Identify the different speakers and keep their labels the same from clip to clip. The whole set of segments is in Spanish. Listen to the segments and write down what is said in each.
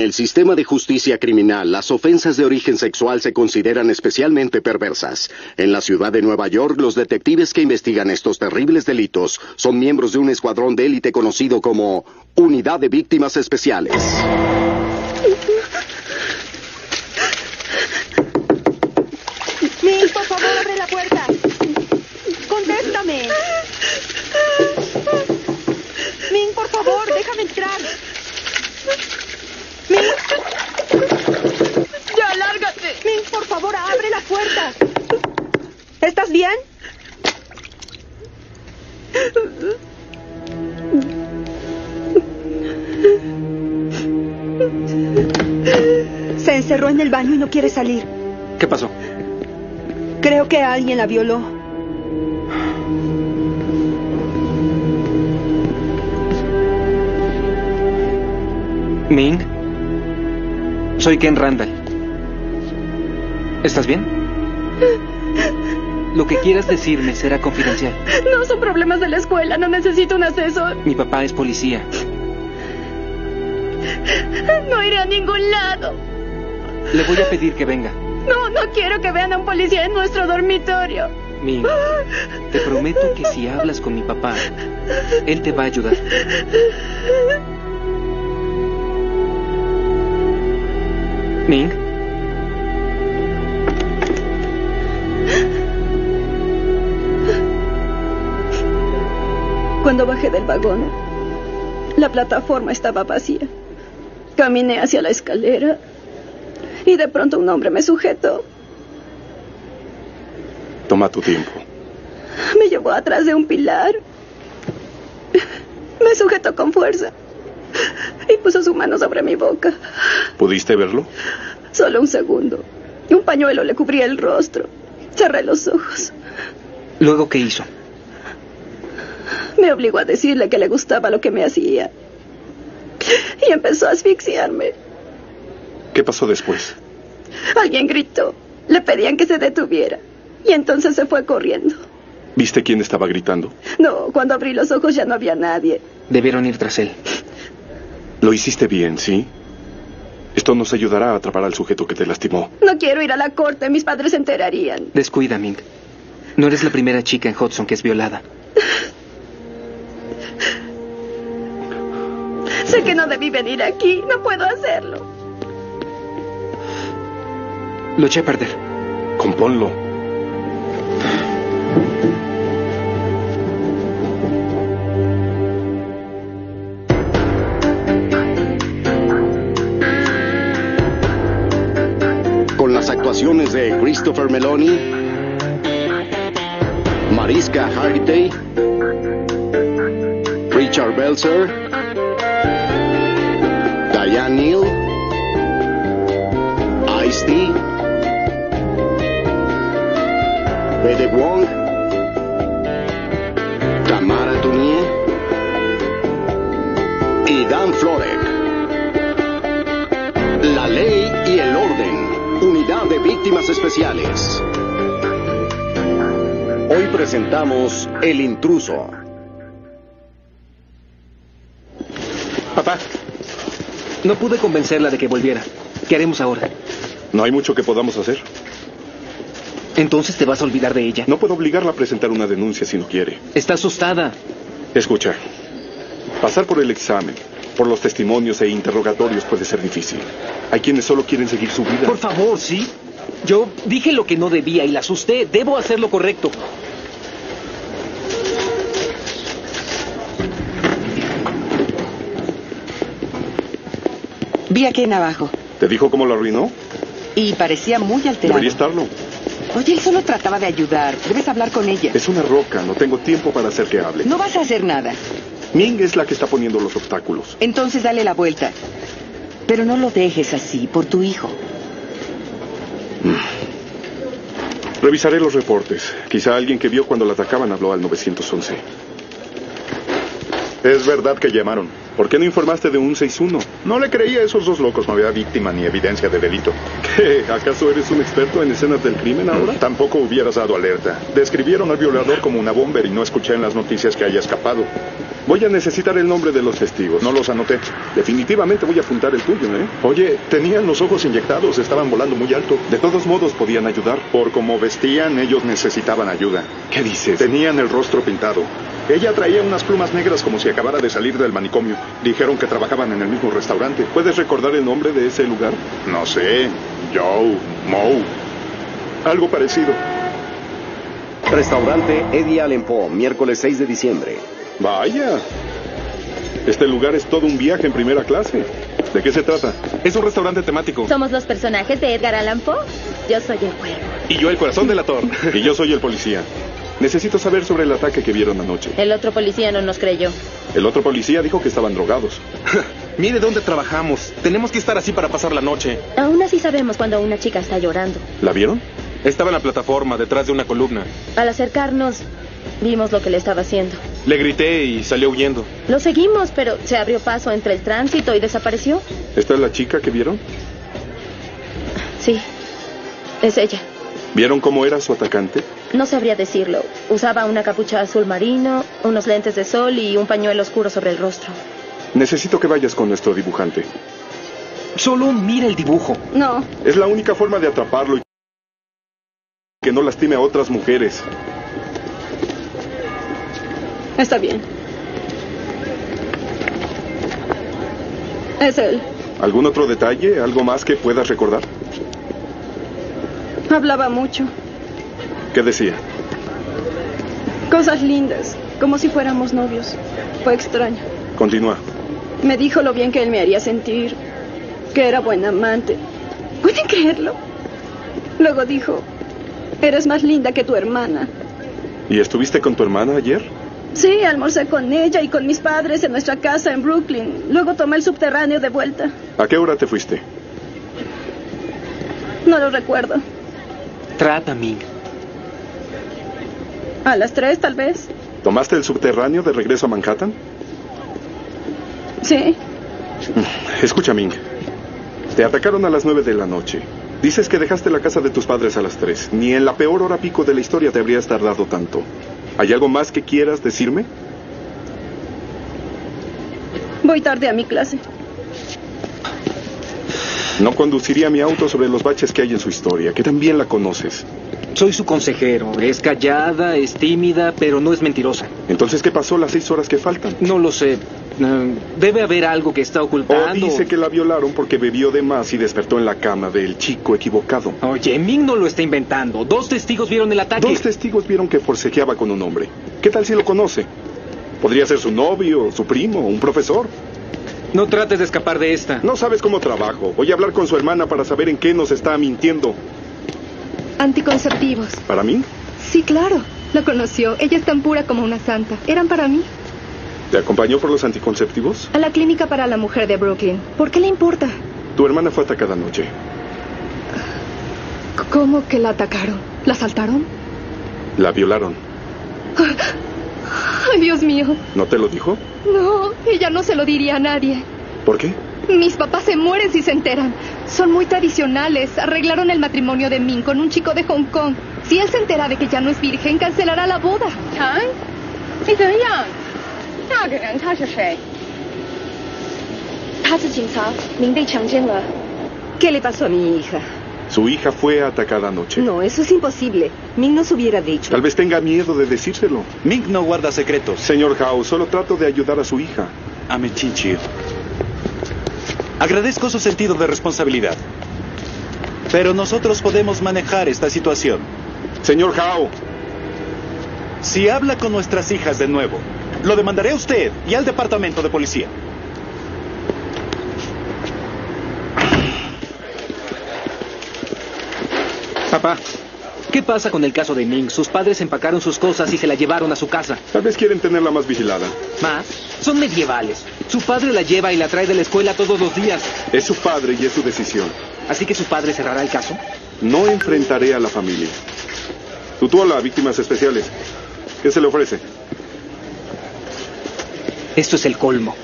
Speaker 1: el sistema de justicia criminal, las ofensas de origen sexual se consideran especialmente perversas. En la ciudad de Nueva York, los detectives que investigan estos terribles delitos son miembros de un escuadrón de élite conocido como Unidad de Víctimas Especiales.
Speaker 2: Neil, por favor, abre la puerta. Contéstame. Ming, por favor, déjame entrar.
Speaker 3: ¡Ya, lárgate!
Speaker 2: Ming, por favor, abre la puerta. ¿Estás bien? Se encerró en el baño y no quiere salir.
Speaker 4: ¿Qué pasó?
Speaker 2: Creo que alguien la violó.
Speaker 4: Ming. Soy Ken Randall. ¿Estás bien? Lo que quieras decirme será confidencial.
Speaker 3: No son problemas de la escuela, no necesito un asesor.
Speaker 4: Mi papá es policía.
Speaker 3: No iré a ningún lado.
Speaker 4: Le voy a pedir que venga.
Speaker 3: No, no quiero que vean a un policía en nuestro dormitorio.
Speaker 4: Ming, te prometo que si hablas con mi papá, él te va a ayudar. Ming.
Speaker 2: Cuando bajé del vagón, la plataforma estaba vacía. Caminé hacia la escalera y de pronto un hombre me sujetó.
Speaker 5: Toma tu tiempo.
Speaker 2: Me llevó atrás de un pilar. Me sujetó con fuerza y puso su mano sobre mi boca.
Speaker 5: ¿Pudiste verlo?
Speaker 2: Solo un segundo. Un pañuelo le cubría el rostro. Cerré los ojos.
Speaker 4: ¿Luego qué hizo?
Speaker 2: Me obligó a decirle que le gustaba lo que me hacía. Y empezó a asfixiarme.
Speaker 5: ¿Qué pasó después?
Speaker 2: Alguien gritó. Le pedían que se detuviera. Y entonces se fue corriendo.
Speaker 5: ¿Viste quién estaba gritando?
Speaker 2: No, cuando abrí los ojos ya no había nadie.
Speaker 4: Debieron ir tras él.
Speaker 5: Lo hiciste bien, ¿sí? Esto nos ayudará a atrapar al sujeto que te lastimó.
Speaker 2: No quiero ir a la corte, mis padres se enterarían.
Speaker 4: Descuida, Ming. No eres la primera chica en Hudson que es violada.
Speaker 2: sé que no debí venir aquí, no puedo hacerlo.
Speaker 4: Lo eché a perder.
Speaker 5: Componlo.
Speaker 1: Con las actuaciones de Christopher Meloni, Mariska Hargitay, Richard Belzer, Diane Neal, Ice-T, Bede Wong, Tamara Tunie y Dan Florek. La ley y el orden. Unidad de Víctimas Especiales. Hoy presentamos El Intruso.
Speaker 4: Papá, no pude convencerla de que volviera. ¿Qué haremos ahora?
Speaker 5: No hay mucho que podamos hacer.
Speaker 4: Entonces te vas a olvidar de ella.
Speaker 5: No puedo obligarla a presentar una denuncia si no quiere.
Speaker 4: Está asustada.
Speaker 5: Escucha, pasar por el examen, por los testimonios e interrogatorios puede ser difícil. Hay quienes solo quieren seguir su vida.
Speaker 4: Por favor, sí. Yo dije lo que no debía y la asusté. Debo hacer lo correcto.
Speaker 6: Vi a Ken abajo
Speaker 5: ¿Te dijo cómo lo arruinó?
Speaker 6: y parecía muy alterado.
Speaker 5: Debería estarlo.
Speaker 6: Oye, él solo trataba de ayudar. Debes hablar con ella.
Speaker 5: Es una roca, no tengo tiempo para hacer que hable.
Speaker 6: No vas a hacer nada.
Speaker 5: Ming es la que está poniendo los obstáculos.
Speaker 6: Entonces dale la vuelta. Pero no lo dejes así por tu hijo.
Speaker 5: Revisaré los reportes. Quizá alguien que vio cuando la atacaban habló al 911. Es verdad que llamaron. ¿Por qué no informaste de un 61? No le creía a esos dos locos. No había víctima ni evidencia de delito. ¿Qué? ¿Acaso eres un experto en escenas del crimen ahora? Tampoco hubieras dado alerta. Describieron al violador como una bomber y no escuché en las noticias que haya escapado. Voy a necesitar el nombre de los testigos. No los anoté. Definitivamente voy a apuntar el tuyo, ¿eh? Oye, tenían los ojos inyectados, estaban volando muy alto. De todos modos podían ayudar. Por como vestían, ellos necesitaban ayuda.
Speaker 4: ¿Qué dices?
Speaker 5: Tenían el rostro pintado. Ella traía unas plumas negras como si acabara de salir del manicomio. Dijeron que trabajaban en el mismo restaurante. ¿Puedes recordar el nombre de ese lugar? No sé. Joe, Moe. Algo parecido.
Speaker 1: Restaurante Eddie Allen Poe, miércoles 6 de diciembre.
Speaker 5: Vaya. Este lugar es todo un viaje en primera clase. ¿De qué se trata?
Speaker 4: Es un restaurante temático.
Speaker 7: Somos los personajes de Edgar Allan Poe. Yo soy el cuervo.
Speaker 4: Y yo el corazón del ator.
Speaker 5: Y yo soy el policía. Necesito saber sobre el ataque que vieron anoche.
Speaker 7: El otro policía no nos creyó.
Speaker 5: El otro policía dijo que estaban drogados.
Speaker 4: Mire dónde trabajamos. Tenemos que estar así para pasar la noche.
Speaker 7: Aún así sabemos cuando una chica está llorando.
Speaker 5: ¿La vieron?
Speaker 4: Estaba en la plataforma, detrás de una columna.
Speaker 7: Al acercarnos, vimos lo que le estaba haciendo.
Speaker 4: Le grité y salió huyendo.
Speaker 7: Lo seguimos, pero se abrió paso entre el tránsito y desapareció.
Speaker 5: ¿Esta es la chica que vieron?
Speaker 7: Sí, es ella.
Speaker 5: ¿Vieron cómo era su atacante?
Speaker 7: No sabría decirlo. Usaba una capucha azul marino, unos lentes de sol y un pañuelo oscuro sobre el rostro.
Speaker 5: Necesito que vayas con nuestro dibujante.
Speaker 4: Solo mira el dibujo.
Speaker 2: No,
Speaker 5: Es la única forma de atraparlo y que no lastime a otras mujeres.
Speaker 2: está bien. Es él.
Speaker 5: ¿Algún otro detalle? ¿Algo más que puedas recordar?
Speaker 2: Hablaba mucho.
Speaker 5: ¿Qué decía?
Speaker 2: Cosas lindas, como si fuéramos novios. Fue extraño.
Speaker 5: Continúa.
Speaker 2: Me dijo lo bien que él me haría sentir, que era buen amante. ¿Pueden creerlo? Luego dijo, eres más linda que tu hermana.
Speaker 5: ¿Y estuviste con tu hermana ayer?
Speaker 2: Sí, almorcé con ella y con mis padres en nuestra casa en Brooklyn. Luego tomé el subterráneo de vuelta.
Speaker 5: ¿A qué hora te fuiste?
Speaker 2: No lo recuerdo.
Speaker 4: Trátame.
Speaker 2: A las tres, tal vez.
Speaker 5: ¿Tomaste el subterráneo de regreso a Manhattan?
Speaker 2: Sí.
Speaker 5: Escucha, Ming. Te atacaron a las nueve de la noche. Dices que dejaste la casa de tus padres a las tres. Ni en la peor hora pico de la historia te habrías tardado tanto. ¿Hay algo más que quieras decirme?
Speaker 2: Voy tarde a mi clase.
Speaker 5: No conduciría mi auto sobre los baches que hay en su historia, que también la conoces.
Speaker 4: Soy su consejero. Es callada, es tímida, pero no es mentirosa.
Speaker 5: Entonces, ¿qué pasó las seis horas que faltan?
Speaker 4: No lo sé. Eh, Debe haber algo que está
Speaker 5: O
Speaker 4: ocultando.
Speaker 5: Oh, dice que la violaron porque bebió de más y despertó en la cama del chico equivocado.
Speaker 4: Oye, Ming no lo está inventando. Dos testigos vieron el ataque.
Speaker 5: Dos testigos vieron que forcejeaba con un hombre. ¿Qué tal si lo conoce? Podría ser su novio, su primo, un profesor.
Speaker 4: No trates de escapar de esta.
Speaker 5: No sabes cómo trabajo. Voy a hablar con su hermana para saber en qué nos está mintiendo.
Speaker 8: Anticonceptivos.
Speaker 5: ¿Para mí?
Speaker 8: Sí, claro. La conoció. Ella es tan pura como una santa. Eran para mí.
Speaker 5: ¿Te acompañó por los anticonceptivos?
Speaker 8: A la clínica para la mujer de Brooklyn. ¿Por qué le importa?
Speaker 5: Tu hermana fue atacada anoche.
Speaker 8: C- ¿Cómo que la atacaron? ¿La asaltaron?
Speaker 5: La violaron.
Speaker 8: Ay, Dios mío.
Speaker 5: ¿No te lo dijo?
Speaker 8: No, ella no se lo diría a nadie.
Speaker 5: ¿Por qué?
Speaker 8: Mis papás se mueren si se enteran. Son muy tradicionales. Arreglaron el matrimonio de Min con un chico de Hong Kong. Si él se entera de que ya no es virgen, cancelará la boda.
Speaker 6: ¿Qué le pasó a mi hija?
Speaker 5: Su hija fue atacada anoche.
Speaker 6: No, eso es imposible. Ming nos hubiera dicho.
Speaker 5: Tal vez tenga miedo de decírselo.
Speaker 9: Mink no guarda secretos.
Speaker 5: Señor Howe, solo trato de ayudar a su hija.
Speaker 9: Amechichi. Agradezco su sentido de responsabilidad. Pero nosotros podemos manejar esta situación.
Speaker 5: Señor Howe,
Speaker 9: Si habla con nuestras hijas de nuevo, lo demandaré a usted y al departamento de policía.
Speaker 4: Papá, ¿qué pasa con el caso de Ming? Sus padres empacaron sus cosas y se la llevaron a su casa.
Speaker 5: tal vez quieren tenerla más vigilada.
Speaker 4: Más, son medievales. Su padre la lleva y la trae de la escuela todos los días.
Speaker 5: Es su padre y es su decisión.
Speaker 4: Así que su padre cerrará el caso.
Speaker 5: No enfrentaré a la familia. Tutuola a víctimas especiales. ¿Qué se le ofrece?
Speaker 4: Esto es el colmo.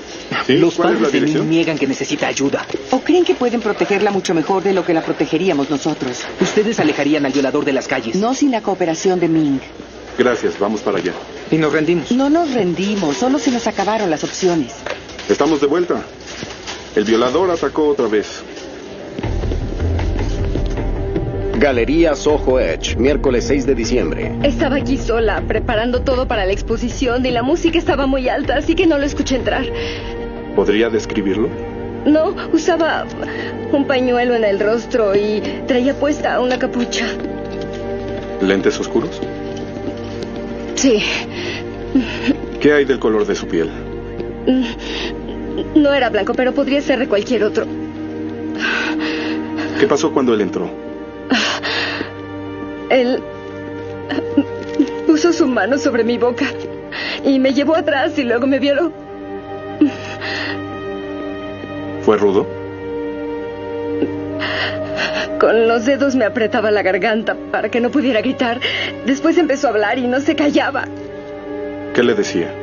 Speaker 5: ¿Sí?
Speaker 4: Los
Speaker 5: ¿Cuál es la
Speaker 4: padres de Ming
Speaker 5: dirección?
Speaker 4: niegan que necesita ayuda.
Speaker 6: ¿O creen que pueden protegerla mucho mejor de lo que la protegeríamos nosotros?
Speaker 4: Ustedes alejarían al violador de las calles.
Speaker 6: No sin la cooperación de Ming.
Speaker 5: Gracias, vamos para allá.
Speaker 4: Y nos rendimos.
Speaker 10: No nos rendimos, solo se nos acabaron las opciones.
Speaker 5: Estamos de vuelta. El violador atacó otra vez.
Speaker 1: Galería Soho Edge, miércoles 6 de diciembre.
Speaker 2: Estaba aquí sola, preparando todo para la exposición y la música estaba muy alta, así que no lo escuché entrar.
Speaker 5: ¿Podría describirlo?
Speaker 2: No, usaba un pañuelo en el rostro y traía puesta una capucha.
Speaker 5: ¿Lentes oscuros?
Speaker 2: Sí,
Speaker 5: ¿Qué hay del color de su piel?
Speaker 2: no era blanco, pero podría ser de cualquier otro.
Speaker 5: ¿Qué pasó cuando él entró?
Speaker 2: Él puso su mano sobre mi boca y me llevó atrás y luego me violó.
Speaker 5: ¿Fue rudo?
Speaker 2: Con los dedos me apretaba la garganta para que no pudiera gritar. Después empezó a hablar y no se callaba.
Speaker 5: ¿Qué le decía?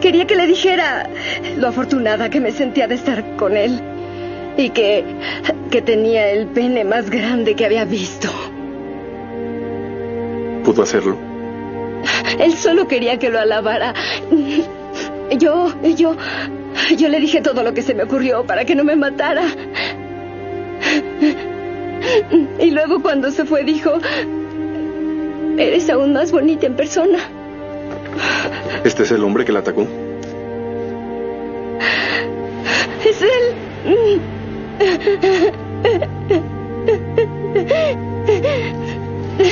Speaker 2: Quería que le dijera lo afortunada que me sentía de estar con él y que, que tenía el pene más grande que había visto.
Speaker 5: ¿Pudo hacerlo?
Speaker 2: Él solo quería que lo alabara. Yo, yo, yo le dije todo lo que se me ocurrió para que no me matara. Y luego cuando se fue dijo, eres aún más bonita en persona.
Speaker 5: ¿Este es el hombre que la atacó?
Speaker 2: Es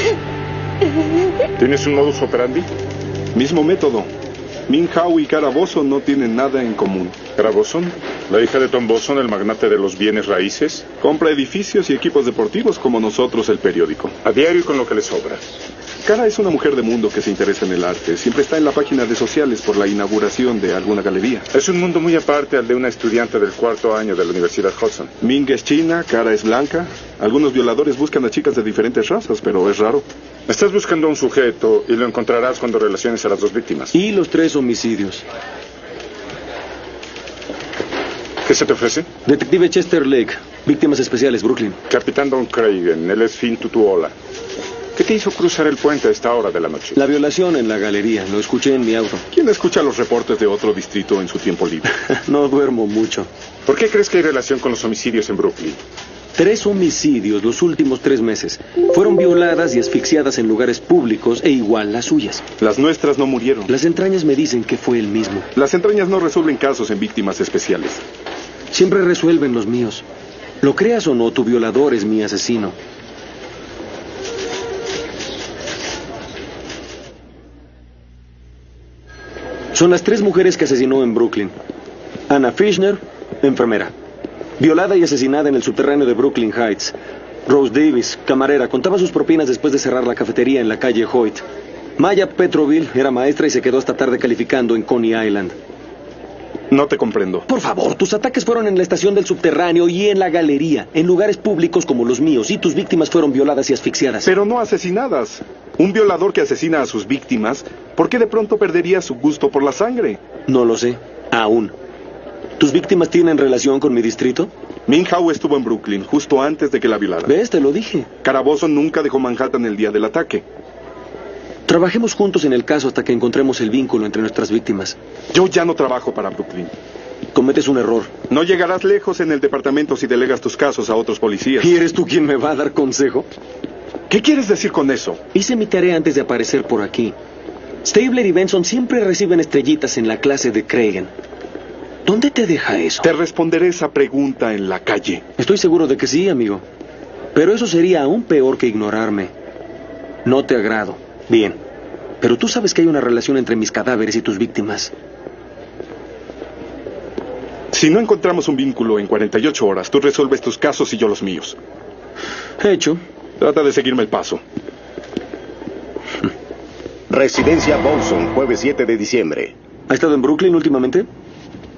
Speaker 2: él.
Speaker 5: ¿Tienes un modus operandi? Mismo método. Min Hao y Cara Bosson no tienen nada en común. ¿Cara Bosson? ¿La hija de Tom Bosson, el magnate de los bienes raíces? Compra edificios y equipos deportivos como nosotros el periódico. A diario y con lo que le sobra. Cara es una mujer de mundo que se interesa en el arte. Siempre está en la página de sociales por la inauguración de alguna galería. Es un mundo muy aparte al de una estudiante del cuarto año de la Universidad Hudson. Ming es china, Cara es blanca. Algunos violadores buscan a chicas de diferentes razas, pero es raro. Estás buscando a un sujeto y lo encontrarás cuando relaciones a las dos víctimas.
Speaker 4: Y los tres homicidios.
Speaker 5: ¿Qué se te ofrece?
Speaker 4: Detective Chester Lake, víctimas especiales, Brooklyn.
Speaker 5: Capitán Don Cragen, él es Finn Tutuola. ¿Qué te hizo cruzar el puente a esta hora de la noche?
Speaker 4: La violación en la galería, lo escuché en mi auto.
Speaker 5: ¿Quién escucha los reportes de otro distrito en su tiempo libre?
Speaker 4: No duermo mucho.
Speaker 5: ¿Por qué crees que hay relación con los homicidios en Brooklyn?
Speaker 4: Tres homicidios los últimos tres meses. Fueron violadas y asfixiadas en lugares públicos e igual las suyas.
Speaker 5: Las nuestras no murieron.
Speaker 4: Las entrañas me dicen que fue el mismo.
Speaker 5: Las entrañas no resuelven casos en víctimas especiales.
Speaker 4: Siempre resuelven los míos. Lo creas o no, tu violador es mi asesino. Son las tres mujeres que asesinó en Brooklyn. Anna Fishner, enfermera. Violada y asesinada en el subterráneo de Brooklyn Heights. Rose Davis, camarera, contaba sus propinas después de cerrar la cafetería en la calle Hoyt. Maya Petroville era maestra y se quedó hasta tarde calificando en Coney Island.
Speaker 5: No te comprendo.
Speaker 4: Por favor, tus ataques fueron en la estación del subterráneo y en la galería, en lugares públicos como los míos, y tus víctimas fueron violadas y asfixiadas.
Speaker 5: Pero no asesinadas. Un violador que asesina a sus víctimas, ¿por qué de pronto perdería su gusto por la sangre?
Speaker 4: No lo sé, aún. ¿Tus víctimas tienen relación con mi distrito?
Speaker 5: Minhau estuvo en Brooklyn justo antes de que la violaran.
Speaker 4: ¿Ves? Te lo dije.
Speaker 5: Carabozo nunca dejó Manhattan el día del ataque.
Speaker 4: Trabajemos juntos en el caso hasta que encontremos el vínculo entre nuestras víctimas.
Speaker 5: Yo ya no trabajo para Brooklyn.
Speaker 4: Cometes un error.
Speaker 5: No llegarás lejos en el departamento si delegas tus casos a otros policías.
Speaker 4: ¿Y eres tú quien me va a dar consejo?
Speaker 5: ¿Qué quieres decir con eso?
Speaker 4: Hice mi tarea antes de aparecer por aquí. Stabler y Benson siempre reciben estrellitas en la clase de Cragen. ¿Dónde te deja eso?
Speaker 5: Te responderé esa pregunta en la calle.
Speaker 4: Estoy seguro de que sí, amigo. Pero eso sería aún peor que ignorarme. No te agrado. Bien. Pero tú sabes que hay una relación entre mis cadáveres y tus víctimas.
Speaker 5: Si no encontramos un vínculo en 48 horas, tú resuelves tus casos y yo los míos.
Speaker 4: Hecho.
Speaker 5: Trata de seguirme el paso.
Speaker 1: Residencia Bowson, jueves 7 de diciembre.
Speaker 4: ¿Ha estado en Brooklyn últimamente?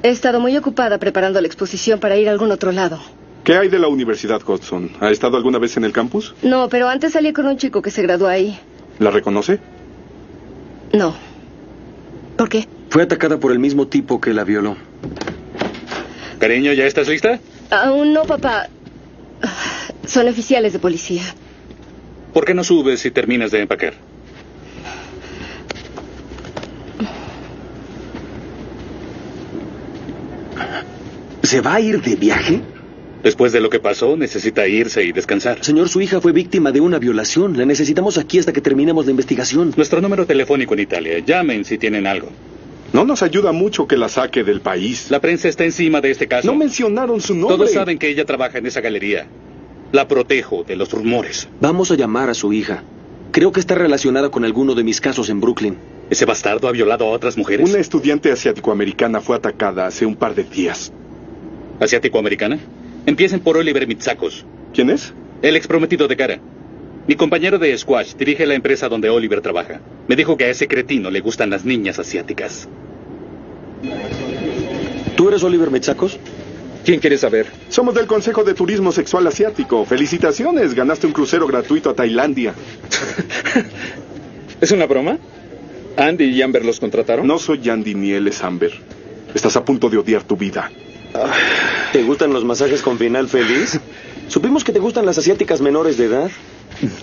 Speaker 2: He estado muy ocupada preparando la exposición para ir a algún otro lado.
Speaker 5: ¿Qué hay de la Universidad Hudson? ¿Ha estado alguna vez en el campus?
Speaker 2: No, pero antes salí con un chico que se graduó ahí.
Speaker 5: ¿La reconoce?
Speaker 2: No. ¿Por qué?
Speaker 4: Fue atacada por el mismo tipo que la violó.
Speaker 11: Cariño, ¿ya estás lista?
Speaker 2: Aún no, papá.
Speaker 8: Ah,
Speaker 2: Son oficiales de policía.
Speaker 11: ¿Por qué no subes si terminas de empacar?
Speaker 12: ¿Se va a ir de viaje?
Speaker 13: Después de lo que pasó, necesita irse y descansar.
Speaker 4: Señor, su hija fue víctima de una violación. La necesitamos aquí hasta que terminemos la investigación.
Speaker 13: Nuestro número telefónico en Italia. Llamen si tienen algo.
Speaker 5: No nos ayuda mucho que la saque del país.
Speaker 13: La prensa está encima de este caso.
Speaker 5: No mencionaron su nombre.
Speaker 13: Todos saben que ella trabaja en esa galería. La protejo de los rumores.
Speaker 4: Vamos a llamar a su hija. Creo que está relacionada con alguno de mis casos en Brooklyn.
Speaker 13: ¿Ese bastardo ha violado a otras mujeres?
Speaker 5: Una estudiante asiático-americana fue atacada hace un par de días.
Speaker 13: ¿Asiático-americana? Empiecen por Oliver Mitsakos.
Speaker 5: ¿Quién es?
Speaker 13: El exprometido de Cara. Mi compañero de Squash dirige la empresa donde Oliver trabaja. Me dijo que a ese cretino le gustan las niñas asiáticas.
Speaker 4: ¿Tú eres Oliver Mitsakos?
Speaker 14: ¿Quién quiere saber?
Speaker 5: Somos del Consejo de Turismo Sexual Asiático. Felicitaciones, ganaste un crucero gratuito a Tailandia.
Speaker 14: ¿Es una broma? ¿Andy y Amber los contrataron?
Speaker 5: No soy Andy ni él es Amber. Estás a punto de odiar tu vida.
Speaker 4: ¿Te gustan los masajes con final feliz? Supimos que te gustan las asiáticas menores de edad.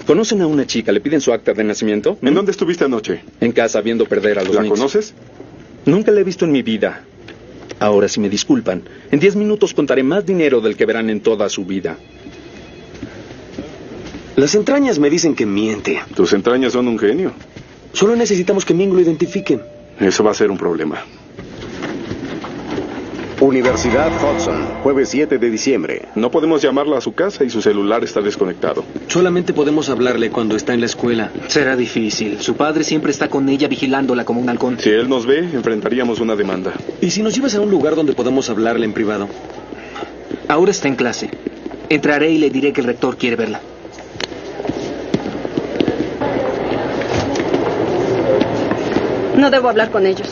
Speaker 14: ¿Conocen a una chica? ¿Le piden su acta de nacimiento?
Speaker 5: ¿En dónde estuviste anoche?
Speaker 14: En casa, viendo perder a Mm. los
Speaker 5: ¿La
Speaker 14: Knicks.
Speaker 5: conoces?
Speaker 14: Nunca la he visto en mi vida. Ahora, si me disculpan, en diez minutos contaré más dinero del que verán en toda su vida.
Speaker 4: Las entrañas me dicen que miente.
Speaker 5: Tus entrañas son un genio.
Speaker 4: Solo necesitamos que Ming lo identifique.
Speaker 5: Eso va a ser un problema.
Speaker 1: Universidad Hudson, jueves 7 de diciembre.
Speaker 5: No podemos llamarla a su casa y su celular está desconectado.
Speaker 4: Solamente podemos hablarle cuando está en la escuela.
Speaker 15: Será difícil. Su padre siempre está con ella vigilándola como un halcón.
Speaker 5: Si él nos ve, enfrentaríamos una demanda.
Speaker 4: ¿Y si nos llevas a un lugar donde podamos hablarle en privado?
Speaker 15: Ahora está en clase. Entraré y le diré que el rector quiere verla.
Speaker 2: No debo hablar con ellos.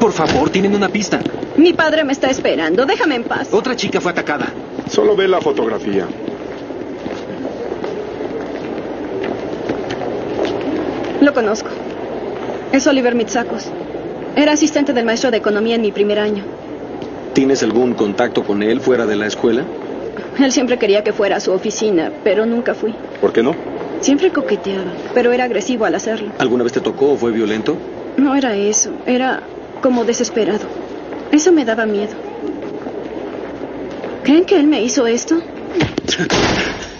Speaker 15: Por favor, tienen una pista.
Speaker 2: Mi padre me está esperando. Déjame en paz.
Speaker 4: Oh.
Speaker 15: Otra chica fue atacada.
Speaker 5: Solo ve la fotografía.
Speaker 2: Lo conozco. Es Oliver Mitsakos. Era asistente del maestro de economía en mi primer año.
Speaker 4: ¿Tienes algún contacto con él fuera de la escuela?
Speaker 2: Él siempre quería que fuera a su oficina, pero nunca fui.
Speaker 5: ¿Por qué no?
Speaker 2: Siempre coqueteaba, pero era agresivo al hacerlo.
Speaker 4: ¿Alguna vez te tocó o fue violento?
Speaker 2: No era eso, era como desesperado. Eso me daba miedo. ¿Creen que él me hizo esto?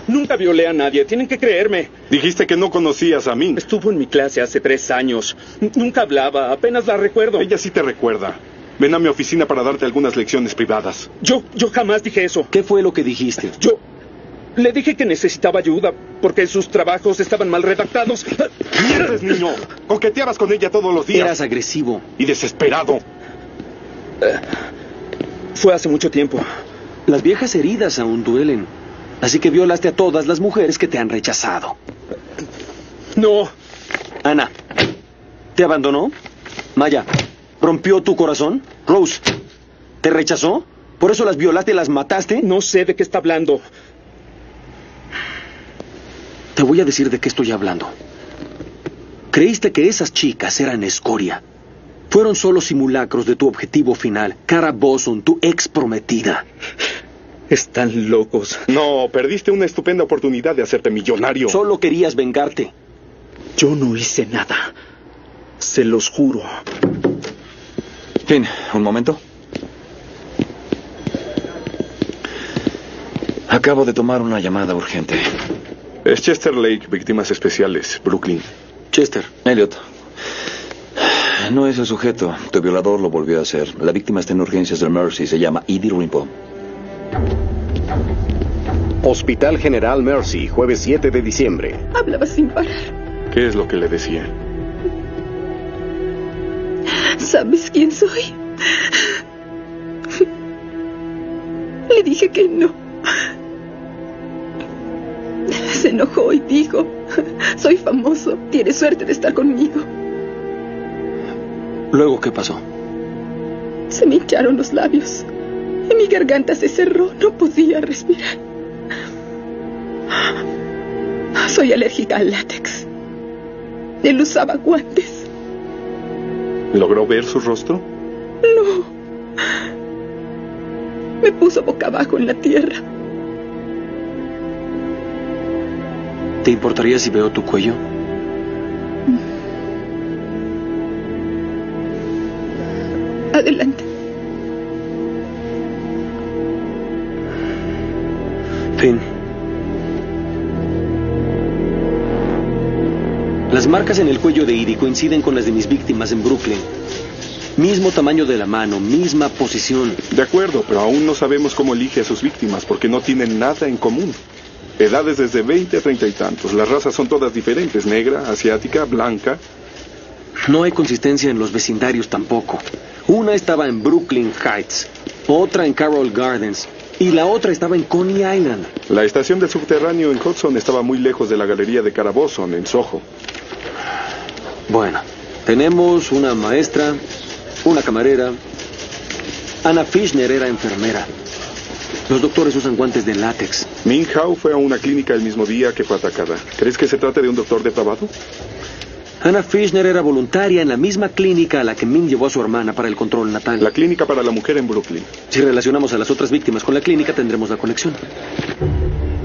Speaker 14: Nunca violé a nadie, tienen que creerme.
Speaker 5: Dijiste que no conocías a mí.
Speaker 14: Estuvo en mi clase hace tres años. N- nunca hablaba, apenas la recuerdo.
Speaker 5: Ella sí te recuerda. Ven a mi oficina para darte algunas lecciones privadas.
Speaker 14: Yo, yo jamás dije eso.
Speaker 4: ¿Qué fue lo que dijiste?
Speaker 14: Yo le dije que necesitaba ayuda porque sus trabajos estaban mal redactados.
Speaker 5: ¡Mierdes, niño! Coqueteabas con ella todos los días.
Speaker 4: Eras agresivo.
Speaker 5: Y desesperado.
Speaker 14: Eh, fue hace mucho tiempo.
Speaker 4: Las viejas heridas aún duelen. Así que violaste a todas las mujeres que te han rechazado.
Speaker 14: No.
Speaker 4: Ana, ¿te abandonó? Maya, ¿rompió tu corazón? Rose, ¿te rechazó? ¿Por eso las violaste y las mataste?
Speaker 14: No sé de qué está hablando.
Speaker 4: Te voy a decir de qué estoy hablando. Creíste que esas chicas eran escoria. Fueron solo simulacros de tu objetivo final, Cara Boson, tu ex prometida.
Speaker 14: Están locos.
Speaker 5: No, perdiste una estupenda oportunidad de hacerte millonario.
Speaker 4: Solo querías vengarte.
Speaker 14: Yo no hice nada. Se los juro.
Speaker 12: Finn, un momento. Acabo de tomar una llamada urgente.
Speaker 5: Es Chester Lake, Víctimas Especiales, Brooklyn.
Speaker 4: Chester.
Speaker 12: Elliot. No es el sujeto. Tu violador lo volvió a hacer. La víctima está en urgencias del Mercy. Se llama Edie Rimpo.
Speaker 1: Hospital General Mercy, jueves 7 de diciembre.
Speaker 2: Hablaba sin parar.
Speaker 5: ¿Qué es lo que le decía?
Speaker 2: ¿Sabes quién soy? Le dije que no. Se enojó y dijo, soy famoso, tienes suerte de estar conmigo.
Speaker 4: ¿Luego qué pasó?
Speaker 2: Se me hincharon los labios y mi garganta se cerró, no podía respirar. Soy alérgica al látex. Él usaba guantes.
Speaker 5: ¿Logró ver su rostro?
Speaker 2: No. Me puso boca abajo en la tierra.
Speaker 4: ¿Te importaría si veo tu cuello?
Speaker 2: Adelante.
Speaker 4: Fin. Las marcas en el cuello de Idi coinciden con las de mis víctimas en Brooklyn. Mismo tamaño de la mano, misma posición.
Speaker 5: De acuerdo, pero aún no sabemos cómo elige a sus víctimas porque no tienen nada en común. Edades desde 20 a 30 y tantos. Las razas son todas diferentes, negra, asiática, blanca.
Speaker 4: No hay consistencia en los vecindarios tampoco. Una estaba en Brooklyn Heights, otra en Carroll Gardens y la otra estaba en Coney Island.
Speaker 5: La estación del subterráneo en Hudson estaba muy lejos de la galería de Carabozon, en Soho.
Speaker 4: Bueno, tenemos una maestra, una camarera. Ana Fishner era enfermera. Los doctores usan guantes de látex.
Speaker 5: Min Hao fue a una clínica el mismo día que fue atacada. ¿Crees que se trate de un doctor depravado?
Speaker 4: Ana Fishner era voluntaria en la misma clínica a la que Min llevó a su hermana para el control natal.
Speaker 5: La clínica para la mujer en Brooklyn.
Speaker 4: Si relacionamos a las otras víctimas con la clínica, tendremos la conexión.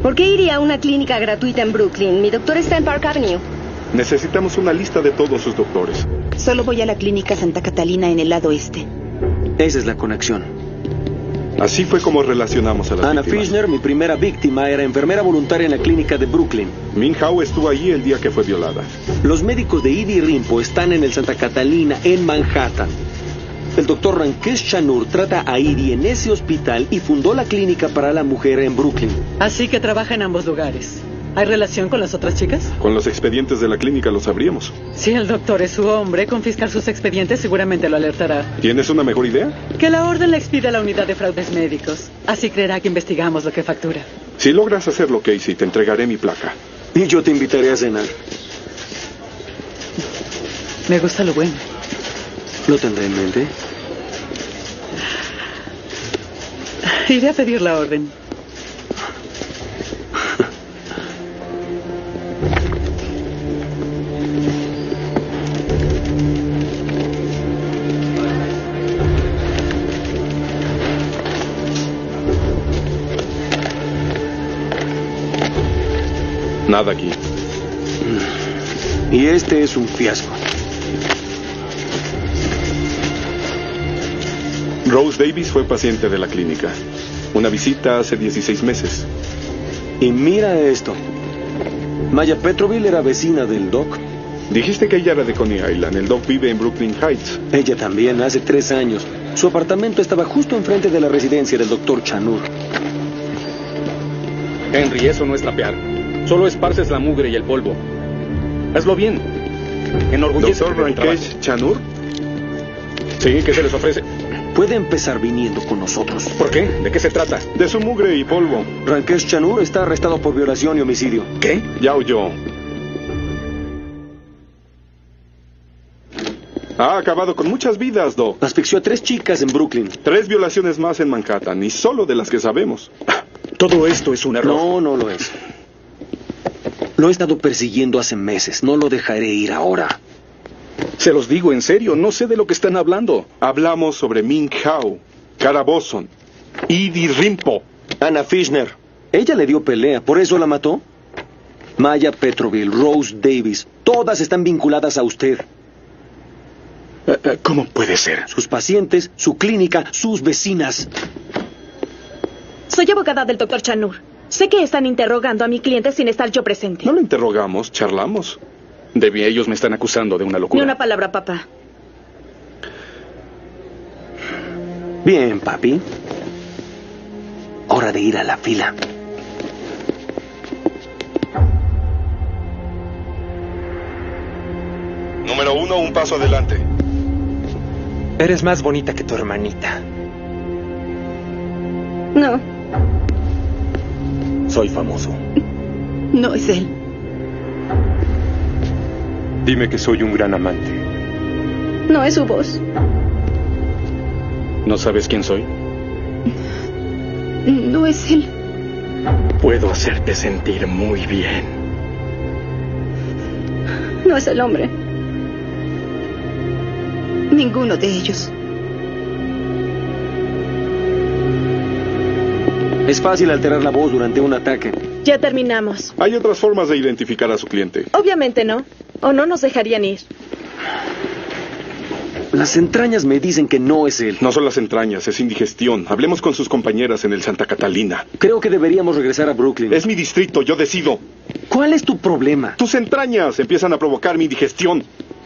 Speaker 3: ¿Por qué iría a una clínica gratuita en Brooklyn? Mi doctor está en Park Avenue.
Speaker 5: Necesitamos una lista de todos sus doctores.
Speaker 16: Solo voy a la clínica Santa Catalina en el lado este.
Speaker 4: Esa es la conexión.
Speaker 5: Así fue como relacionamos a las
Speaker 4: Ana
Speaker 5: víctimas.
Speaker 4: Fishner, mi primera víctima, era enfermera voluntaria en la clínica de Brooklyn.
Speaker 5: Min Hao estuvo allí el día que fue violada.
Speaker 4: Los médicos de Idi Rimpo están en el Santa Catalina, en Manhattan. El doctor Rankesh Chanur trata a Idi en ese hospital y fundó la clínica para la mujer en Brooklyn.
Speaker 17: Así que trabaja en ambos lugares. ¿Hay relación con las otras chicas?
Speaker 5: Con los expedientes de la clínica lo sabríamos.
Speaker 17: Si el doctor es su hombre, confiscar sus expedientes seguramente lo alertará.
Speaker 5: ¿Tienes una mejor idea?
Speaker 17: Que la orden la expida la unidad de fraudes médicos. Así creerá que investigamos lo que factura.
Speaker 5: Si logras hacerlo, Casey, te entregaré mi placa.
Speaker 4: Y yo te invitaré a cenar.
Speaker 17: Me gusta lo bueno.
Speaker 4: Lo tendré en mente.
Speaker 17: Iré a pedir la orden.
Speaker 5: Nada aquí.
Speaker 4: Y este es un fiasco.
Speaker 5: Rose Davis fue paciente de la clínica. Una visita hace 16 meses.
Speaker 4: Y mira esto. Maya Petroville era vecina del Doc.
Speaker 5: Dijiste que ella era de Coney Island. El Doc vive en Brooklyn Heights.
Speaker 4: Ella también, hace tres años. Su apartamento estaba justo enfrente de la residencia del doctor Chanur.
Speaker 13: Henry, eso no es trapear. Solo esparces la mugre y el polvo. Hazlo bien. Enorgullece.
Speaker 5: Doctor Rankesh Chanur.
Speaker 13: Sí, ¿qué se les ofrece?
Speaker 4: Puede empezar viniendo con nosotros.
Speaker 13: ¿Por qué? ¿De qué se trata?
Speaker 5: De su mugre y polvo.
Speaker 4: Rankesh Chanur está arrestado por violación y homicidio.
Speaker 13: ¿Qué?
Speaker 5: Ya huyó. Ha acabado con muchas vidas, Doc.
Speaker 4: Asfixió a tres chicas en Brooklyn.
Speaker 5: Tres violaciones más en Manhattan, y solo de las que sabemos.
Speaker 14: Todo esto es un error.
Speaker 4: No, no lo es. Lo he estado persiguiendo hace meses. No lo dejaré ir ahora.
Speaker 14: Se los digo en serio, no sé de lo que están hablando.
Speaker 5: Hablamos sobre Ming Hao, Cara Boson, Idi Rimpo.
Speaker 4: Ana Fishner. Ella le dio pelea, ¿por eso la mató? Maya Petroville, Rose Davis, todas están vinculadas a usted.
Speaker 14: ¿Cómo puede ser?
Speaker 4: Sus pacientes, su clínica, sus vecinas.
Speaker 11: Soy abogada del doctor Chanur. Sé que están interrogando a mi cliente sin estar yo presente.
Speaker 5: No lo interrogamos, charlamos.
Speaker 13: Debbie, ellos me están acusando de una
Speaker 11: Ni
Speaker 13: locura.
Speaker 11: una palabra, papá.
Speaker 4: Bien, papi. Hora de ir a la fila.
Speaker 5: Número uno, un paso adelante.
Speaker 18: Eres más bonita que tu hermanita.
Speaker 2: No,
Speaker 14: Soy famoso.
Speaker 2: no es él.
Speaker 19: Dime que soy un gran amante.
Speaker 2: No es su voz.
Speaker 13: ¿No sabes quién soy?
Speaker 2: No es él.
Speaker 18: Puedo hacerte sentir muy bien.
Speaker 2: No es el hombre.
Speaker 16: Ninguno de ellos.
Speaker 4: Es fácil alterar la voz durante un ataque.
Speaker 11: Ya terminamos.
Speaker 5: Hay otras formas de identificar a su cliente.
Speaker 11: Obviamente no. O no nos dejarían ir.
Speaker 4: Las entrañas me dicen que no es él.
Speaker 5: No son las entrañas, es indigestión. Hablemos con sus compañeras en el Santa Catalina.
Speaker 4: Creo que deberíamos regresar a Brooklyn.
Speaker 5: Es mi distrito, yo decido.
Speaker 4: ¿Cuál es tu problema?
Speaker 5: Tus entrañas empiezan a provocar mi indigestión.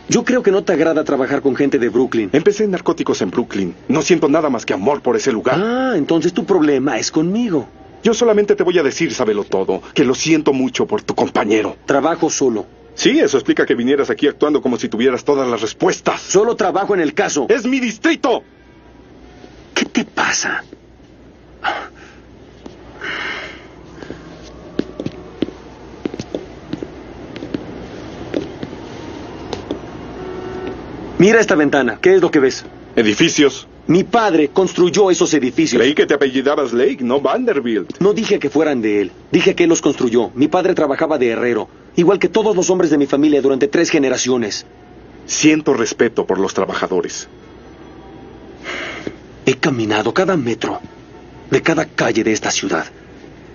Speaker 4: Yo creo que no te agrada trabajar con gente de Brooklyn.
Speaker 5: Empecé en narcóticos en Brooklyn. No siento nada más que amor por ese lugar.
Speaker 4: Ah, entonces tu problema es conmigo.
Speaker 5: Yo solamente te voy a decir, sábelo todo, que lo siento mucho por tu compañero.
Speaker 4: Trabajo solo.
Speaker 5: Sí, eso explica que vinieras aquí actuando como si tuvieras todas las respuestas.
Speaker 4: Solo trabajo en el caso.
Speaker 5: ¡Es mi distrito!
Speaker 4: Eh, ¿Qué te pasa? Mira esta ventana. ¿Qué es lo que ves?
Speaker 5: Edificios.
Speaker 4: Mi padre construyó esos edificios.
Speaker 5: Creí que te apellidabas Lake, no Vanderbilt.
Speaker 4: No dije que fueran de él. Dije que él los construyó. Mi padre trabajaba de herrero, igual que todos los hombres de mi familia durante tres generaciones.
Speaker 5: Siento respeto por los trabajadores.
Speaker 4: He caminado cada metro de cada calle de esta ciudad.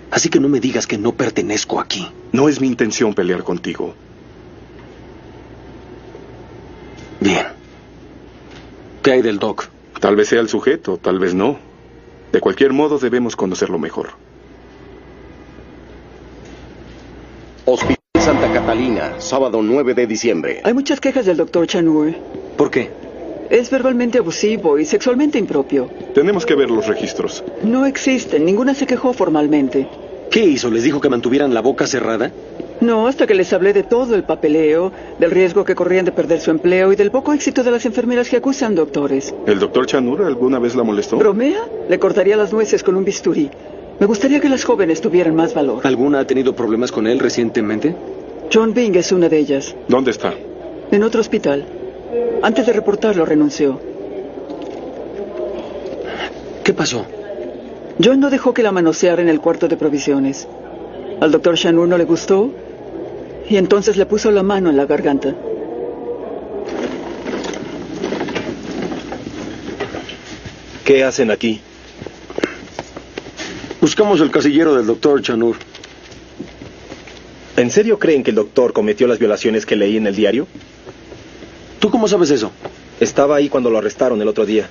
Speaker 4: Así que no me digas que no pertenezco aquí.
Speaker 5: No es mi intención pelear contigo.
Speaker 4: Bien. ¿Qué hay del Doc?
Speaker 5: Tal vez sea el sujeto, tal vez no. De cualquier modo, debemos conocerlo mejor.
Speaker 1: Hospital Santa Catalina, sábado 9 de diciembre.
Speaker 20: Hay muchas quejas del doctor Chanur.
Speaker 4: ¿Por qué?
Speaker 20: Es verbalmente abusivo y sexualmente impropio.
Speaker 5: Tenemos que ver los registros.
Speaker 20: No existen, ninguna se quejó formalmente.
Speaker 4: ¿Qué hizo? ¿Les dijo que mantuvieran la boca cerrada?
Speaker 20: No, hasta que les hablé de todo el papeleo, del riesgo que corrían de perder su empleo y del poco éxito de las enfermeras que acusan doctores.
Speaker 5: ¿El doctor Chanura alguna vez la molestó?
Speaker 20: ¿Bromea? Le cortaría las nueces con un bisturí. Me gustaría que las jóvenes tuvieran más valor.
Speaker 4: ¿Alguna ha tenido problemas con él recientemente?
Speaker 20: John Bing es una de ellas.
Speaker 5: ¿Dónde está?
Speaker 20: En otro hospital. Antes de reportarlo renunció.
Speaker 4: ¿Qué pasó?
Speaker 20: John no dejó que la manoseara en el cuarto de provisiones. Al doctor Chanur no le gustó y entonces le puso la mano en la garganta.
Speaker 14: ¿Qué hacen aquí?
Speaker 4: Buscamos el casillero del doctor Chanur.
Speaker 14: ¿En serio creen que el doctor cometió las violaciones que leí en el diario?
Speaker 4: ¿Tú cómo sabes eso?
Speaker 14: Estaba ahí cuando lo arrestaron el otro día.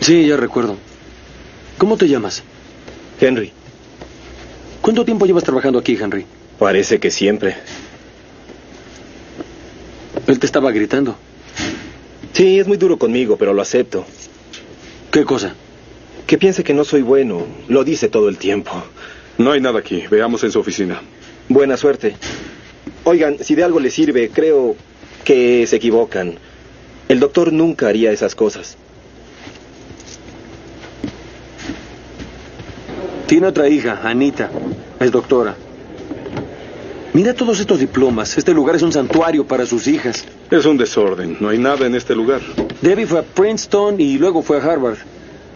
Speaker 4: Sí, ya recuerdo. ¿Cómo te llamas?
Speaker 14: Henry.
Speaker 4: ¿Cuánto tiempo llevas trabajando aquí, Henry?
Speaker 14: Parece que siempre.
Speaker 4: Él te estaba gritando.
Speaker 14: Sí, es muy duro conmigo, pero lo acepto.
Speaker 4: ¿Qué cosa?
Speaker 14: Que piense que no soy bueno. Lo dice todo el tiempo.
Speaker 5: No hay nada aquí. Veamos en su oficina.
Speaker 14: Buena suerte. Oigan, si de algo les sirve, creo que se equivocan. El doctor nunca haría esas cosas.
Speaker 4: Tiene otra hija, Anita. Es doctora. Mira todos estos diplomas. Este lugar es un santuario para sus hijas.
Speaker 5: Es un desorden. No hay nada en este lugar.
Speaker 4: Debbie fue a Princeton y luego fue a Harvard.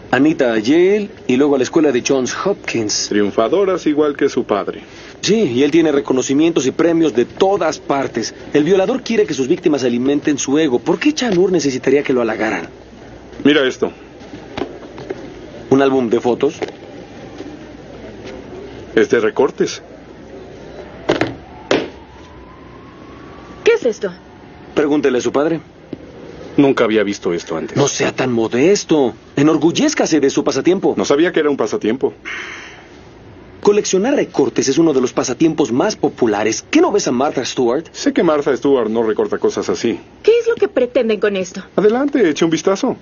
Speaker 4: Anita a Yale y luego a la escuela de Johns Hopkins.
Speaker 5: Triunfadoras igual que su padre.
Speaker 4: Sí, y él tiene reconocimientos y premios de todas partes. El violador quiere que sus víctimas alimenten su ego. ¿Por qué Chanur necesitaría que lo halagaran?
Speaker 5: Mira esto.
Speaker 4: ¿Un álbum de fotos?
Speaker 5: Es de recortes.
Speaker 7: ¿Qué es esto?
Speaker 4: Pregúntele a su padre.
Speaker 5: Nunca había visto esto antes.
Speaker 4: No sea tan modesto. Enorgullezcase de su pasatiempo.
Speaker 5: No sabía que era un pasatiempo.
Speaker 4: Coleccionar recortes es uno de los pasatiempos más populares. ¿Qué no ves a Martha Stewart?
Speaker 5: Sé que Martha Stewart no recorta cosas así.
Speaker 7: ¿Qué es lo que pretenden con esto?
Speaker 5: Adelante, eche un vistazo.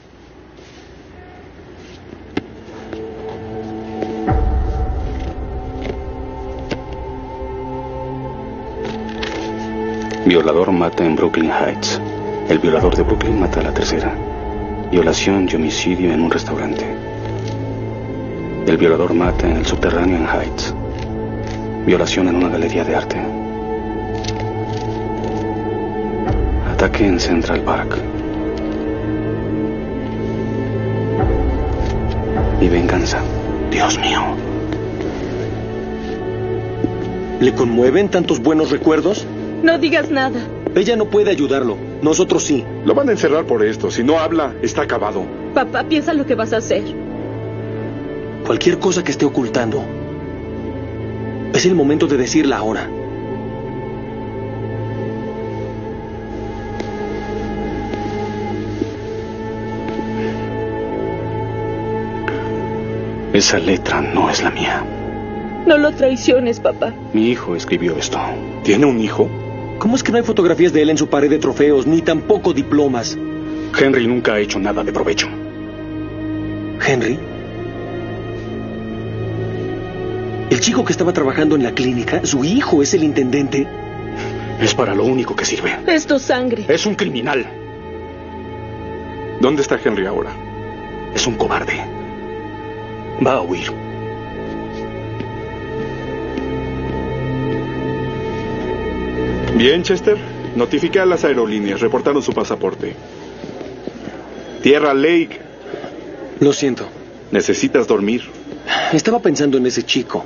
Speaker 21: Violador mata en Brooklyn Heights. El violador de Brooklyn mata a la tercera. Violación y homicidio en un restaurante. El violador mata en el subterráneo en Heights. Violación en una galería de arte. Ataque en Central Park. Y venganza. Dios mío.
Speaker 4: ¿Le conmueven tantos buenos recuerdos?
Speaker 7: No digas nada.
Speaker 4: Ella no puede ayudarlo. Nosotros sí.
Speaker 5: Lo van a encerrar por esto. Si no habla, está acabado.
Speaker 7: Papá, piensa lo que vas a hacer.
Speaker 4: Cualquier cosa que esté ocultando. Es el momento de decirla ahora.
Speaker 2: Esa letra no es la mía.
Speaker 11: No lo traiciones, papá.
Speaker 2: Mi hijo escribió esto.
Speaker 4: ¿Tiene un hijo? ¿Cómo es que no hay fotografías de él en su pared de trofeos, ni tampoco diplomas?
Speaker 2: Henry nunca ha hecho nada de provecho.
Speaker 4: ¿Henry? El chico que estaba trabajando en la clínica, su hijo es el intendente.
Speaker 2: Es para lo único que sirve.
Speaker 11: Es tu sangre.
Speaker 2: Es un criminal.
Speaker 5: ¿Dónde está Henry ahora?
Speaker 2: Es un cobarde. Va a huir.
Speaker 5: Bien, Chester. Notifiqué a las aerolíneas. Reportaron su pasaporte. Tierra Lake.
Speaker 4: Lo siento.
Speaker 5: Necesitas dormir.
Speaker 4: Estaba pensando en ese chico.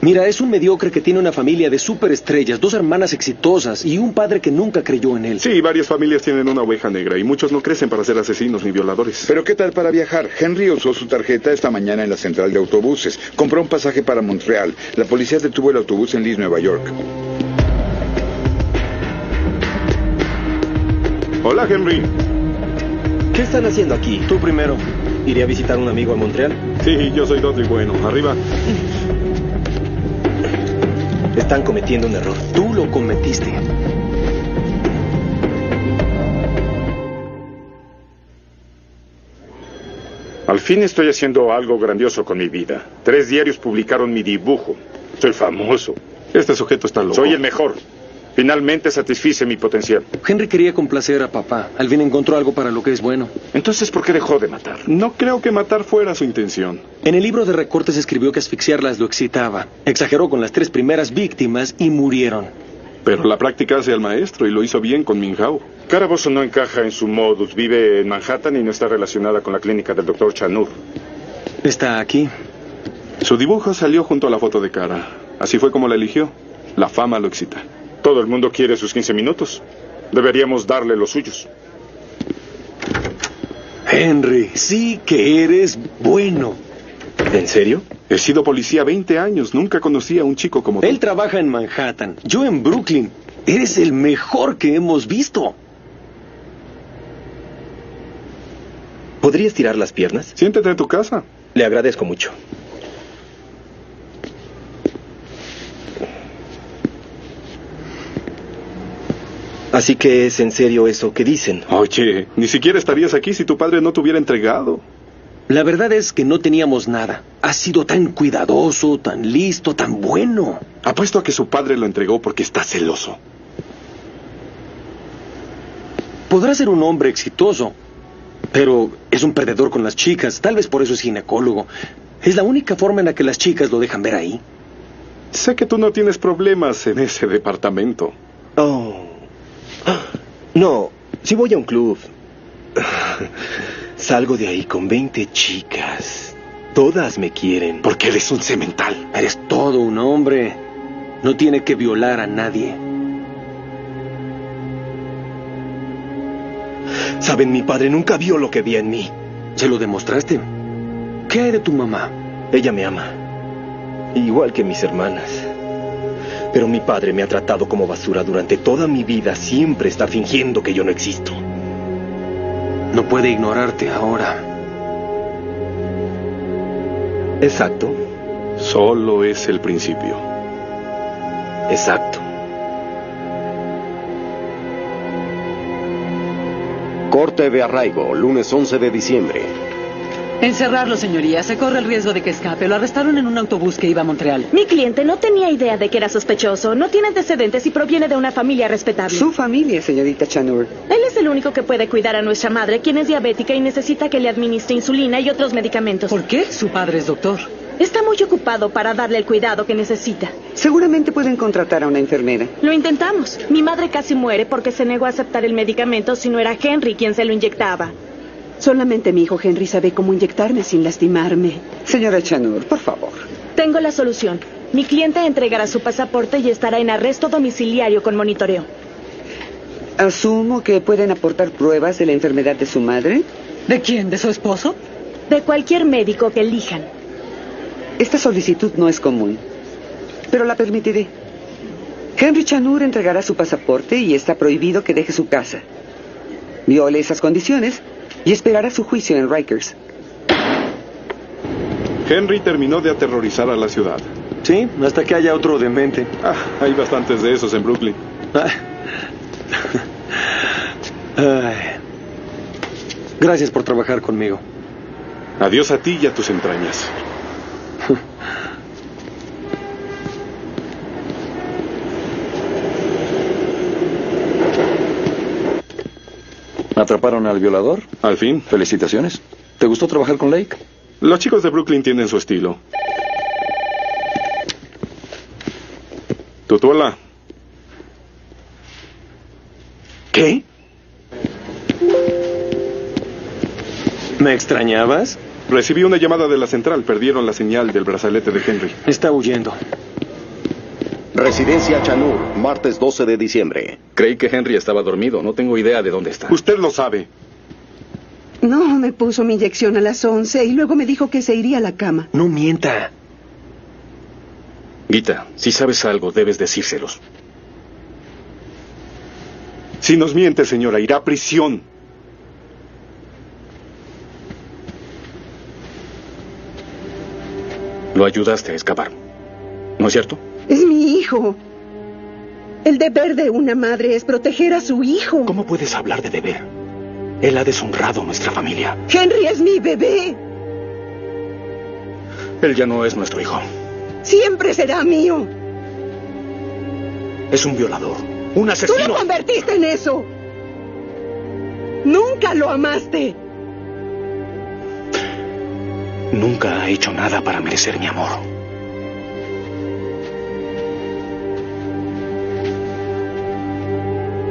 Speaker 4: Mira, es un mediocre que tiene una familia de superestrellas, dos hermanas exitosas y un padre que nunca creyó en él.
Speaker 5: Sí, varias familias tienen una oveja negra y muchos no crecen para ser asesinos ni violadores.
Speaker 14: Pero ¿qué tal para viajar? Henry usó su tarjeta esta mañana en la central de autobuses. Compró un pasaje para Montreal. La policía detuvo el autobús en Leeds, Nueva York.
Speaker 5: Hola, Henry.
Speaker 22: ¿Qué están haciendo aquí?
Speaker 4: Tú primero.
Speaker 22: Iré a visitar a un amigo a Montreal.
Speaker 5: Sí, yo soy Dudley Bueno. Arriba.
Speaker 22: Están cometiendo un error.
Speaker 4: Tú lo cometiste.
Speaker 5: Al fin estoy haciendo algo grandioso con mi vida. Tres diarios publicaron mi dibujo. Soy famoso.
Speaker 14: Este sujeto está loco.
Speaker 5: Soy el mejor. Finalmente satisfice mi potencial.
Speaker 4: Henry quería complacer a papá. Al fin encontró algo para lo que es bueno.
Speaker 5: Entonces, ¿por qué dejó de matar?
Speaker 14: No creo que matar fuera su intención.
Speaker 4: En el libro de recortes escribió que asfixiarlas lo excitaba. Exageró con las tres primeras víctimas y murieron.
Speaker 14: Pero la práctica hace al maestro y lo hizo bien con Minjao.
Speaker 5: Caraboso no encaja en su modus. Vive en Manhattan y no está relacionada con la clínica del doctor Chanur.
Speaker 4: Está aquí.
Speaker 14: Su dibujo salió junto a la foto de cara. Así fue como la eligió. La fama lo excita.
Speaker 5: Todo el mundo quiere sus 15 minutos. Deberíamos darle los suyos.
Speaker 4: Henry, sí que eres bueno.
Speaker 22: ¿En serio?
Speaker 14: He sido policía 20 años. Nunca conocí a un chico como tú.
Speaker 4: Él trabaja en Manhattan, yo en Brooklyn. Eres el mejor que hemos visto.
Speaker 22: ¿Podrías tirar las piernas?
Speaker 14: Siéntate en tu casa.
Speaker 22: Le agradezco mucho. Así que es en serio eso que dicen.
Speaker 14: Oye, ni siquiera estarías aquí si tu padre no te hubiera entregado.
Speaker 4: La verdad es que no teníamos nada. Has sido tan cuidadoso, tan listo, tan bueno.
Speaker 14: Apuesto a que su padre lo entregó porque está celoso.
Speaker 4: Podrá ser un hombre exitoso, pero es un perdedor con las chicas. Tal vez por eso es ginecólogo. Es la única forma en la que las chicas lo dejan ver ahí.
Speaker 14: Sé que tú no tienes problemas en ese departamento.
Speaker 22: Oh. No, si voy a un club, salgo de ahí con 20 chicas. Todas me quieren.
Speaker 14: Porque eres un cemental.
Speaker 4: Eres todo un hombre. No tiene que violar a nadie.
Speaker 22: Saben, mi padre nunca vio lo que vi en mí.
Speaker 4: ¿Se lo demostraste? ¿Qué hay de tu mamá?
Speaker 22: Ella me ama. Igual que mis hermanas. Pero mi padre me ha tratado como basura durante toda mi vida. Siempre está fingiendo que yo no existo.
Speaker 4: No puede ignorarte ahora.
Speaker 22: Exacto.
Speaker 14: Solo es el principio.
Speaker 22: Exacto.
Speaker 1: Corte de arraigo, lunes 11 de diciembre.
Speaker 23: Encerrarlo, señoría. Se corre el riesgo de que escape. Lo arrestaron en un autobús que iba a Montreal.
Speaker 11: Mi cliente no tenía idea de que era sospechoso. No tiene antecedentes y proviene de una familia respetable.
Speaker 20: Su familia, señorita Chanur.
Speaker 11: Él es el único que puede cuidar a nuestra madre, quien es diabética y necesita que le administre insulina y otros medicamentos.
Speaker 23: ¿Por qué? Su padre es doctor.
Speaker 11: Está muy ocupado para darle el cuidado que necesita.
Speaker 20: Seguramente pueden contratar a una enfermera.
Speaker 11: Lo intentamos. Mi madre casi muere porque se negó a aceptar el medicamento si no era Henry quien se lo inyectaba.
Speaker 20: Solamente mi hijo Henry sabe cómo inyectarme sin lastimarme. Señora Chanur, por favor.
Speaker 11: Tengo la solución. Mi cliente entregará su pasaporte y estará en arresto domiciliario con monitoreo.
Speaker 20: Asumo que pueden aportar pruebas de la enfermedad de su madre.
Speaker 23: ¿De quién? ¿De su esposo?
Speaker 11: De cualquier médico que elijan.
Speaker 20: Esta solicitud no es común, pero la permitiré. Henry Chanur entregará su pasaporte y está prohibido que deje su casa. Viole esas condiciones y esperará su juicio en Rikers.
Speaker 5: Henry terminó de aterrorizar a la ciudad.
Speaker 4: Sí, hasta que haya otro demente.
Speaker 5: Ah, hay bastantes de esos en Brooklyn.
Speaker 4: Ay. Gracias por trabajar conmigo.
Speaker 5: Adiós a ti y a tus entrañas.
Speaker 1: ¿Atraparon al violador?
Speaker 5: Al fin.
Speaker 1: Felicitaciones. ¿Te gustó trabajar con Lake?
Speaker 5: Los chicos de Brooklyn tienen su estilo. Tutuola.
Speaker 4: ¿Qué? ¿Me extrañabas?
Speaker 5: Recibí una llamada de la central. Perdieron la señal del brazalete de Henry.
Speaker 4: Está huyendo.
Speaker 24: Residencia Chanur, martes 12 de diciembre.
Speaker 25: Creí que Henry estaba dormido. No tengo idea de dónde está.
Speaker 5: Usted lo sabe.
Speaker 2: No, me puso mi inyección a las 11 y luego me dijo que se iría a la cama.
Speaker 4: No mienta.
Speaker 25: Gita, si sabes algo, debes decírselos.
Speaker 5: Si nos miente, señora, irá a prisión.
Speaker 25: Lo ayudaste a escapar. ¿No es cierto?
Speaker 2: Es mi hijo. El deber de una madre es proteger a su hijo.
Speaker 25: ¿Cómo puedes hablar de deber? Él ha deshonrado a nuestra familia.
Speaker 2: Henry es mi bebé.
Speaker 25: Él ya no es nuestro hijo.
Speaker 2: Siempre será mío.
Speaker 25: Es un violador. Un asesino.
Speaker 2: Tú lo convertiste en eso. Nunca lo amaste.
Speaker 25: Nunca ha hecho nada para merecer mi amor.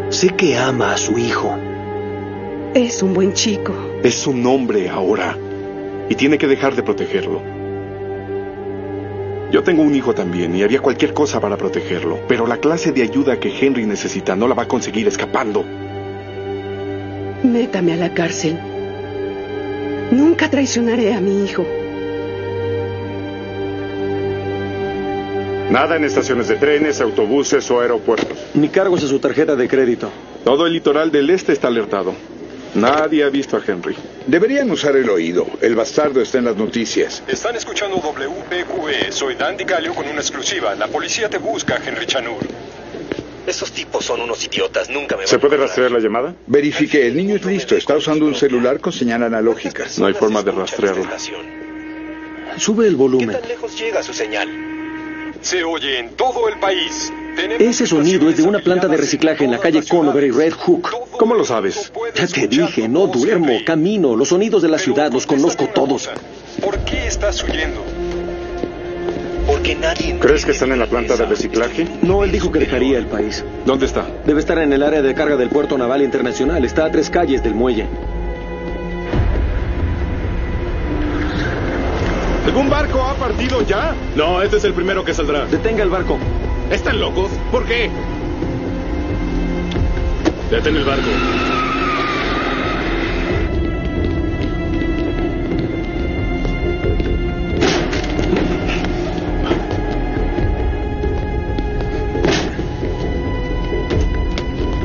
Speaker 4: Sé que ama a su hijo.
Speaker 2: Es un buen chico.
Speaker 5: Es un hombre ahora. Y tiene que dejar de protegerlo. Yo tengo un hijo también y haría cualquier cosa para protegerlo, pero la clase de ayuda que Henry necesita no la va a conseguir escapando.
Speaker 2: Métame a la cárcel. Nunca traicionaré a mi hijo.
Speaker 5: Nada en estaciones de trenes, autobuses o aeropuertos.
Speaker 4: Ni cargos a su tarjeta de crédito.
Speaker 5: Todo el litoral del este está alertado. Nadie ha visto a Henry.
Speaker 14: Deberían usar el oído. El bastardo está en las noticias.
Speaker 8: Están escuchando WPQE. Soy Dan DiCalio con una exclusiva. La policía te busca, Henry Chanur.
Speaker 26: Esos tipos son unos idiotas. Nunca me van
Speaker 5: ¿Se puede rastrear la llamada?
Speaker 14: Verifique. El niño es listo. Está usando un celular con señal analógica.
Speaker 5: No hay forma de rastrearlo.
Speaker 4: Sube el volumen.
Speaker 26: ¿Qué tan lejos llega su señal?
Speaker 8: Se oye en todo el país. Tenemos
Speaker 4: Ese sonido es de una planta de reciclaje en la calle Conover y Red Hook.
Speaker 5: ¿Cómo lo sabes?
Speaker 4: Ya te dije, no duermo, camino, los sonidos de la ciudad, los conozco todos.
Speaker 8: ¿Por qué estás huyendo?
Speaker 26: Porque nadie.
Speaker 5: ¿Crees que están en la planta de reciclaje?
Speaker 4: No, él dijo que dejaría el país.
Speaker 5: ¿Dónde está?
Speaker 4: Debe estar en el área de carga del puerto naval internacional. Está a tres calles del muelle.
Speaker 5: ¿Algún barco ha partido ya?
Speaker 8: No, este es el primero que saldrá.
Speaker 4: Detenga el barco.
Speaker 8: ¿Están locos? ¿Por qué? Detén el barco.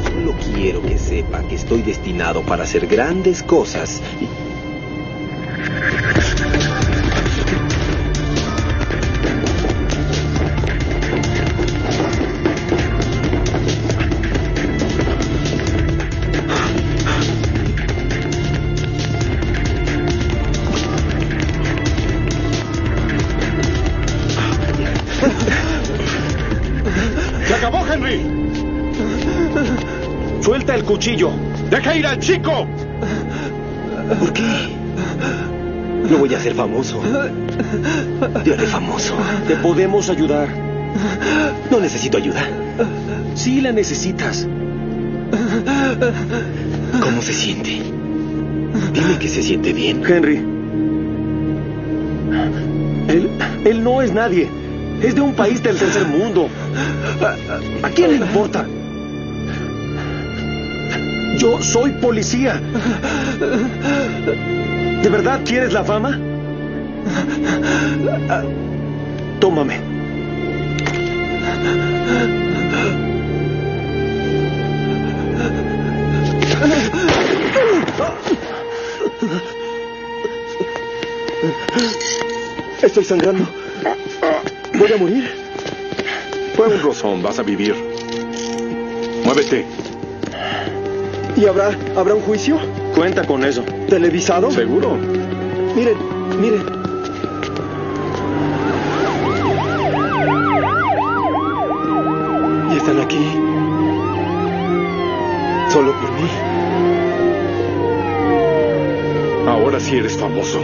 Speaker 26: Solo quiero que sepa que estoy destinado para hacer grandes cosas
Speaker 4: Suelta el cuchillo.
Speaker 5: Deja ir al chico.
Speaker 26: ¿Por qué? No voy a ser famoso. Yo haré famoso.
Speaker 4: Te podemos ayudar.
Speaker 26: No necesito ayuda.
Speaker 4: Sí la necesitas.
Speaker 26: ¿Cómo se siente? Dime que se siente bien.
Speaker 4: Henry. Él, él no es nadie. Es de un país del tercer mundo. ¿A quién le importa? Yo soy policía. ¿De verdad quieres la fama? Tómame. Estoy sangrando. ¿Voy a morir?
Speaker 5: Fue un rozón, vas a vivir. Muévete.
Speaker 4: ¿Y habrá, habrá un juicio?
Speaker 5: Cuenta con eso.
Speaker 4: ¿Televisado?
Speaker 5: Seguro.
Speaker 4: Miren, miren. Y están aquí. Solo por mí.
Speaker 5: Ahora sí eres famoso.